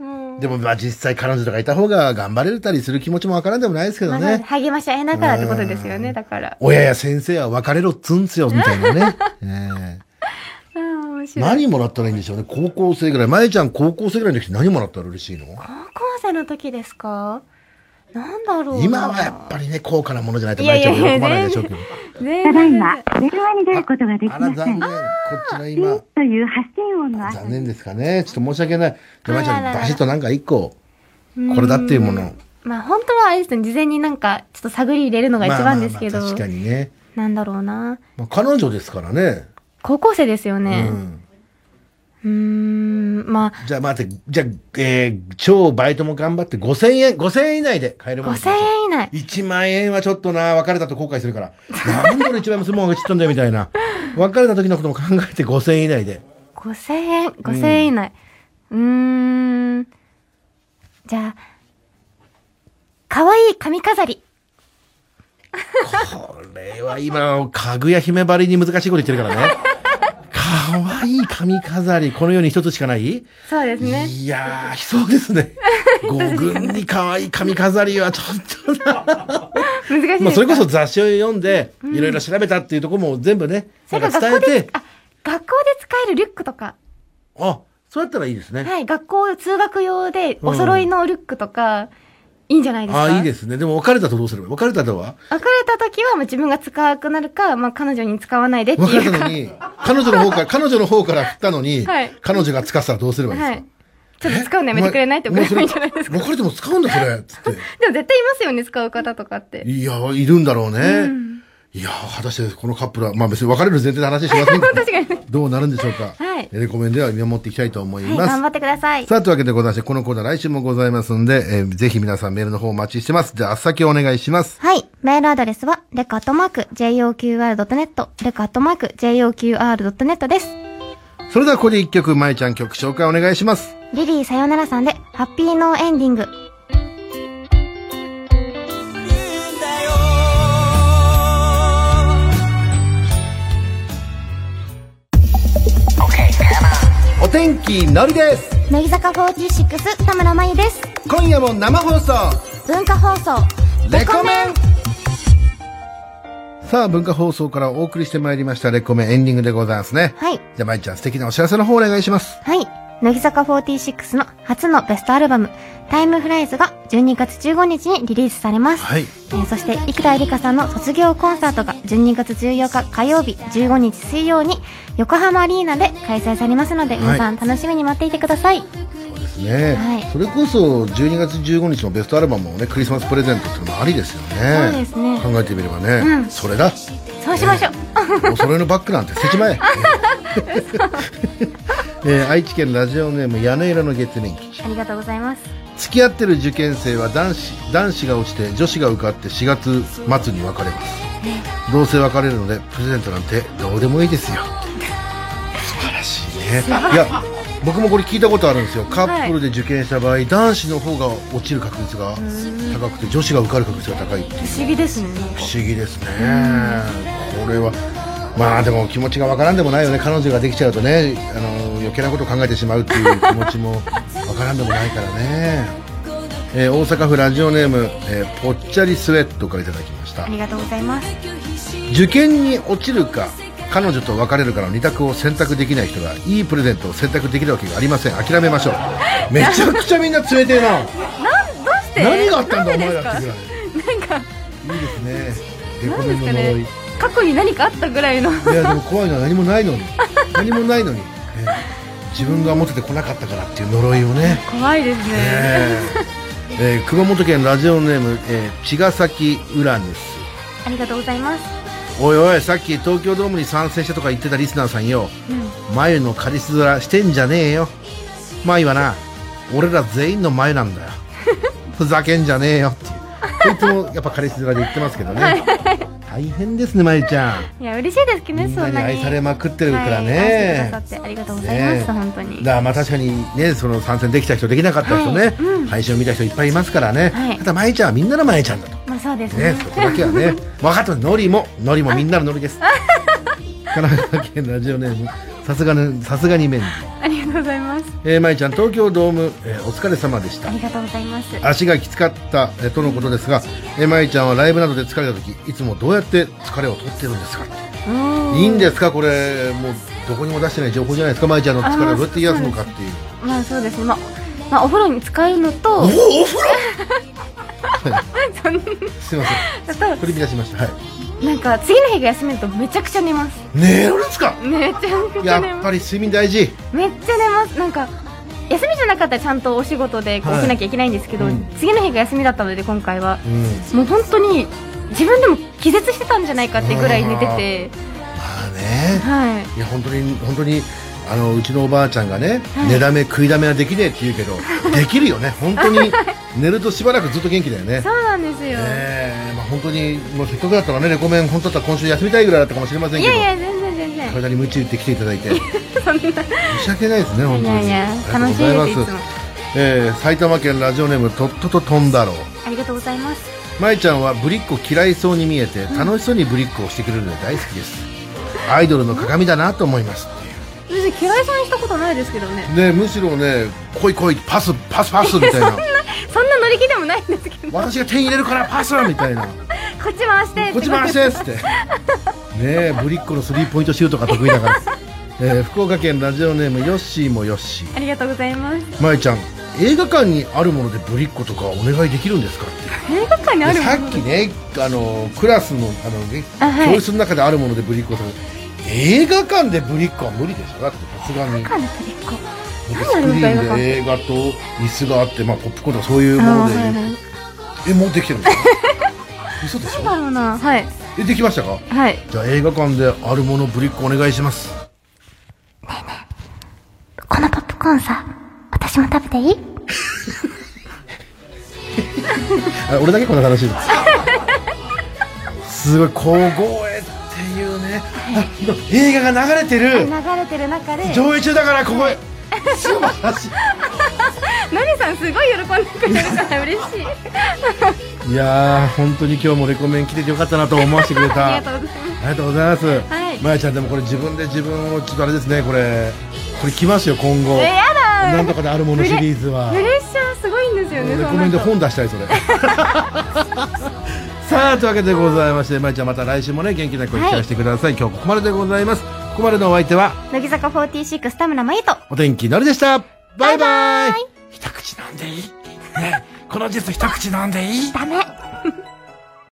S2: でもまあ実際彼女とかいた方が頑張れたりする気持ちもわからんでもないですけど
S1: まあ
S2: ね。
S1: 励まし合えながらってことですよね、だから。
S2: 親や先生は別れろっつんすよ、み
S1: (laughs)
S2: たいなね。え
S1: うん、面
S2: え
S1: 白い。
S2: 何もらったらいいんでしょうね。高校生ぐらい。まえちゃん高校生ぐらいの時何もらったら嬉しいの
S1: 高校生の時ですかなんだろうな。
S2: 今はやっぱりね、高価なものじゃないと
S1: いや
S2: まえ
S1: い
S2: ちゃ
S1: や
S2: ん
S1: いや
S2: 喜ばないでしょうけど。
S1: ね
S4: ただいま、電話に出ることができ
S2: あら
S4: ませ
S2: 残念。
S4: ん。
S2: こ
S4: ピ
S2: っちの
S4: ー
S2: 今
S4: ッ、という発信音の後
S2: 残念ですかね。ちょっと申し訳ない。で、まえちゃん
S1: あららら
S2: バシッとなんか一個、これだっていうものを。
S1: まあ本当はあれですね、事前になんか、ちょっと探り入れるのが一番ですけど、
S2: まあまあまあ確かにね。
S1: なんだろうな。
S2: まあ、彼女ですからね。
S1: 高校生ですよ
S2: う
S1: ね。
S2: ん。
S1: うーん、ま
S2: じゃあ待って、じゃあ、えー、超バイトも頑張って5000円、5000円以内で買える
S1: あ、
S2: もの。
S1: 5000円以内。
S2: 1万円はちょっとな、別れたと後悔するから。なんで俺1万円もするもんがちっとんだよみた
S1: (laughs)
S2: いな。別れた時のことも考えて5000円以内で。
S1: 5000円、5000円以内。うーん。じゃあ、可愛い髪飾り。
S2: これは今、かぐや姫ばりに難しいこと言ってるからね。かわいい髪飾り、この世に一つしかない
S1: そうですね。
S2: いやー、そうです
S1: (laughs)
S2: ね。五軍に可愛い髪飾りはちょっとな。
S1: 難しいです。
S2: まあ、それこそ雑誌を読んで、いろいろ調べたっていうところも全部ね、
S1: それ
S2: なん
S1: か
S2: か伝え
S1: 学校で
S2: て、、
S1: あ、学校で使えるリュックとか。
S2: あ、そうやったらいいですね。
S1: はい、学校通学用で
S2: うん
S1: お揃いのリュックとか、いいんじゃないですか。
S2: あ、いいですすね。でも別れたとどうすれば別れたとは
S1: 別れた時はもう自分が使わなくなるか、まあ彼女に使わないでって
S2: 別
S1: い
S2: れ
S1: う
S2: たの
S1: か。
S2: に、彼女の方
S1: (laughs)
S2: から、彼女の方から振ったのに、
S1: はい
S2: 彼女が使ってたらどうすればいいです
S1: は
S2: か、
S1: い。ちょっと使うのやめてくれないって
S2: お
S1: 送れ
S2: 前そ
S1: ばい
S2: れ
S1: いんじゃないですか。
S2: 別れても使うんだ、それ。つっ
S1: でも絶対いますよね、使う方とかって
S2: て。。いや、いるんだろうね。いや、果たしてこのカップルは、まあ別に別れる前提の話はしませんけど
S1: (laughs) 確かに。
S2: どうなるんでしょうか。
S1: はい
S2: レコメンでは見守っていきたいと思い
S1: はい、
S2: ます。
S1: 頑張ってください。
S2: さあ、というわけでございまして、このコーナー来週もございますんで、えーぜひ皆さんメールの方お待ちしてます。じゃあ、先お願いします。
S1: はい。メールアドレスは、レカットマーク、joqr.net、レカットマーク、joqr.net です。
S2: それではここで一曲、まいちゃん曲紹介お願いします。
S1: リリーさよならさんで、ハッピーノーエンディング。
S2: お天気のりです
S1: 乃木坂46、田村真由です。
S2: 今夜も生放送
S1: 文化放送、
S2: レコメンさあ、文化放送からお送りしてまいりました、レコメンエンディングでございますね。
S1: はい。
S2: じゃあ、まいちゃん、素敵なお知らせの方お願いします。
S1: はい。乃木坂46の初のベストアルバム、タイムフライズが12月15日にリリースされます。
S2: はい。
S1: えーそして、生田絵梨花さんの卒業コンサートが12月14日火曜日、15日水曜に横浜アリーナで開催されますので、皆さん楽しみに待っていてください。
S2: そうですね。
S1: はい
S2: それこそ、12月15日のベストアルバムをね、クリスマスプレゼントっていうのもありですよね。
S1: そうですね
S2: 考えてみればね。
S1: うん
S2: それだ。
S1: そうしましょう。
S2: お揃いのバッグなんて捨てちまええー愛知県ラジオネーム屋根色の月面基地
S1: ありがとうございます。
S2: 付き合ってる受験生は男子男子が落ちて女子が受かって4月末に別れますどうせ別れるのでプレゼントなんてどうでもいいですよ素晴らしいねいや僕もこれ聞いたことあるんですよカップルで受験した場合、男子の方が落ちる確率が高くて女子が受かる確率が高いっていう
S1: 不思議ですね。
S2: 不思議ですねこれはまあでも気持ちがわからんでもないよね彼女ができちゃうとねあの余計なことを考えてしまうっていう気持ちもわからんでもないからね、えー大阪府ラジオネーム、えーぽっちゃりスウェットからいただきました
S1: ありがとうございます。
S2: 受験に落ちるか彼女と別れるかの二択を選択できない人がいいプレゼントを選択できるわけがありません諦めましょうめちゃくちゃみんな冷てえな
S1: どうして
S2: 何があったん
S1: (laughs) な
S2: だお
S1: んで
S2: 前
S1: で
S2: ら
S1: すか
S2: ってぐ
S1: な
S2: らい
S1: んか、
S2: いいですねデコ
S1: なん
S2: メ
S1: で
S2: ン
S1: す
S2: の
S1: か
S2: 呪い、
S1: ね。過去に何かあったぐらいの。
S2: いやでも怖いのは何もないのに何もないのに、えー自分が持ててこなかったからっていう呪いをね、
S1: 怖いですね。
S2: えーえー熊本県ラジオネーム、えー茅ヶ崎ウラヌス
S1: ありがとうございます。
S2: おいおいさっき東京ドームに参戦したとか言ってたリスナーさんよ、眉のカリス面してんじゃねえよ眉はな俺ら全員の眉なん
S1: (laughs)
S2: だよふざけんじゃねえよっていうこいつもやっぱカリス面で言ってますけどね大変ですね眉ちゃん
S1: いや、嬉しいですけどね、
S2: みん
S1: そ
S2: なんに
S1: なに。
S2: 愛されまくってるから
S1: はい愛して
S2: ね
S1: くださってありがとうございま
S2: ね
S1: した、本当に。
S2: だからまあ確かにねその参戦できた人できなかった人ね、
S1: はいうん
S2: 配信を見た人いっぱいいますからね、
S1: はい
S2: ただまえちゃんはみんなのまえちゃんだと
S1: まあそうですね。
S2: ねそこだけは
S1: (laughs)
S2: ね分かったのりものりもみんなののりです神奈川県ラジオネームさすがにさすがにメンディー
S1: ありがとうございます。ます
S2: えー、まいちゃん、東京ドーム、えーお疲れ様でした
S1: あ。りがとうございます
S2: 足がきつかった、えーとのことですが、えー、まいちゃんはライブなどで疲れた時、いつもどうやって疲れを取ってるんですか
S1: うん
S2: いいんですかこれ、もう、どこにも出してない情報じゃないですかまいちゃんの疲れをどうやって癒すのかっていう。
S1: まあそうですねまあまあ、お風呂に使うの
S2: お
S1: と、
S2: お、お風呂すいません。
S1: あと
S2: 取り乱しました。はい。
S1: なんか次の日が休みるとめちゃくちゃ寝ます。
S2: 寝るんすか
S1: めちゃくちゃ
S2: や
S1: 寝
S2: っ
S1: ま
S2: ぱ
S1: す。
S2: り睡眠大事。
S1: めっちゃ寝ます。なんか休みじゃなかったらちゃんとお仕事でこう
S2: はい
S1: 起きなきゃいけないんですけど、
S2: うん
S1: 次の日が休みだったので今回は
S2: うん。
S1: もう本当に自分でも気絶してたんじゃないかってぐらい寝てて、
S2: まあね。
S1: はい。
S2: いや、本当に、本当に、あの、うちのおばあちゃんがね、
S1: はい
S2: 寝だめ、食いだめはできねえって言うけど、できるよね。本当
S1: (laughs)
S2: に、寝るとしばらくずっと元気だよね。
S1: そうなんですよ。
S2: ええまあ本当に、もうせっかくだったらね、レコメン、本当だったら今週休みたいぐらいだったかもしれません
S1: い
S2: けど。
S1: やいや全然全然。
S2: 体に鞭打って来ていただいて申し訳ないですね本
S1: い
S2: 当
S1: や
S2: に
S1: いや
S2: あり
S1: 楽
S2: が
S1: しい
S2: とうござ
S1: ですい
S2: いま
S1: つも。
S2: えー埼玉県ラジオネームとっとととんだろう
S1: ありがとうございます。
S2: まいちゃんはぶりっ子嫌いそうに見えて楽しそうにぶりっ子をしてくれるので大好きですアイドルの鏡だなと思います
S1: 別に嫌いそうにしたことないですけどね。
S2: ねむしろね来い来いパスパスパスみた
S1: そ
S2: い (laughs) な
S1: んな (laughs) 乗り気でもないんですけど、こ
S2: 私が手入れるからパスみたいな
S1: っち回して。
S2: こっち回してっつってねえぶりっ子のスリーポイントシュートが得意だ (laughs) から、えー福岡県ラジオネームヨッシーもヨッシー
S1: ありがとうございます。
S2: まえちゃん映画館にあるものでぶりっ子とかお願いできるんですかって
S1: 映画館にあるも
S2: さ
S1: の
S2: っきねあのクラスのあの、ね
S1: あはい
S2: 教室の中であるものでぶりっ子とか映画館でぶりっ子は無理でしょだってさすがに
S1: かなぶりっ子
S2: 僕ス
S1: 何やる
S2: ク
S1: ん
S2: リ
S1: だ
S2: ーンで映画と椅子があって、まあ、ポップコーンとかそういうもので、
S1: あーはいは
S2: えもうできてるんですか (laughs) 嘘でし
S1: な
S2: ょ
S1: んだろうなはい
S2: えできましたか
S1: はい
S2: じゃあ映画館であるものぶりっ子お願いします
S4: このポップコーンさ、私も食べていい
S2: あ俺だけこんな話です。すごい光栄っていうね。あ今映画が流れてる。
S1: 流れてる中で
S2: 上映中だからこ
S1: (laughs)
S2: こへ。素晴らし
S1: ナミさんすごい喜んでくれるから嬉 (laughs) しい
S2: い。いやー本当に今日もレコメン来ててよかったなと思わせてくれた。
S1: (laughs) ありがとうございます
S2: ありがとうございます。
S1: はい
S2: まやちゃんでもこれ自分で自分をちょっとあれですねこれこれ来ますよ今後。
S1: えやだ
S2: なんとかであるものシリーズは。
S1: プレッシャーすごいんですよね
S2: レ
S1: そ
S2: コ
S1: う
S2: メ
S1: なる
S2: ンで
S1: と
S2: 本出したい
S1: (laughs)
S2: それさあというわけでございましてまいちゃんまた来週もね元気な声聞かせてください、今日ここまででございますここまでのお相手は
S1: 乃木坂46田村真由と
S2: お天気のりでしたバイバイ一口飲んでいいねえこのジュース一口飲んでいい
S4: ダメ。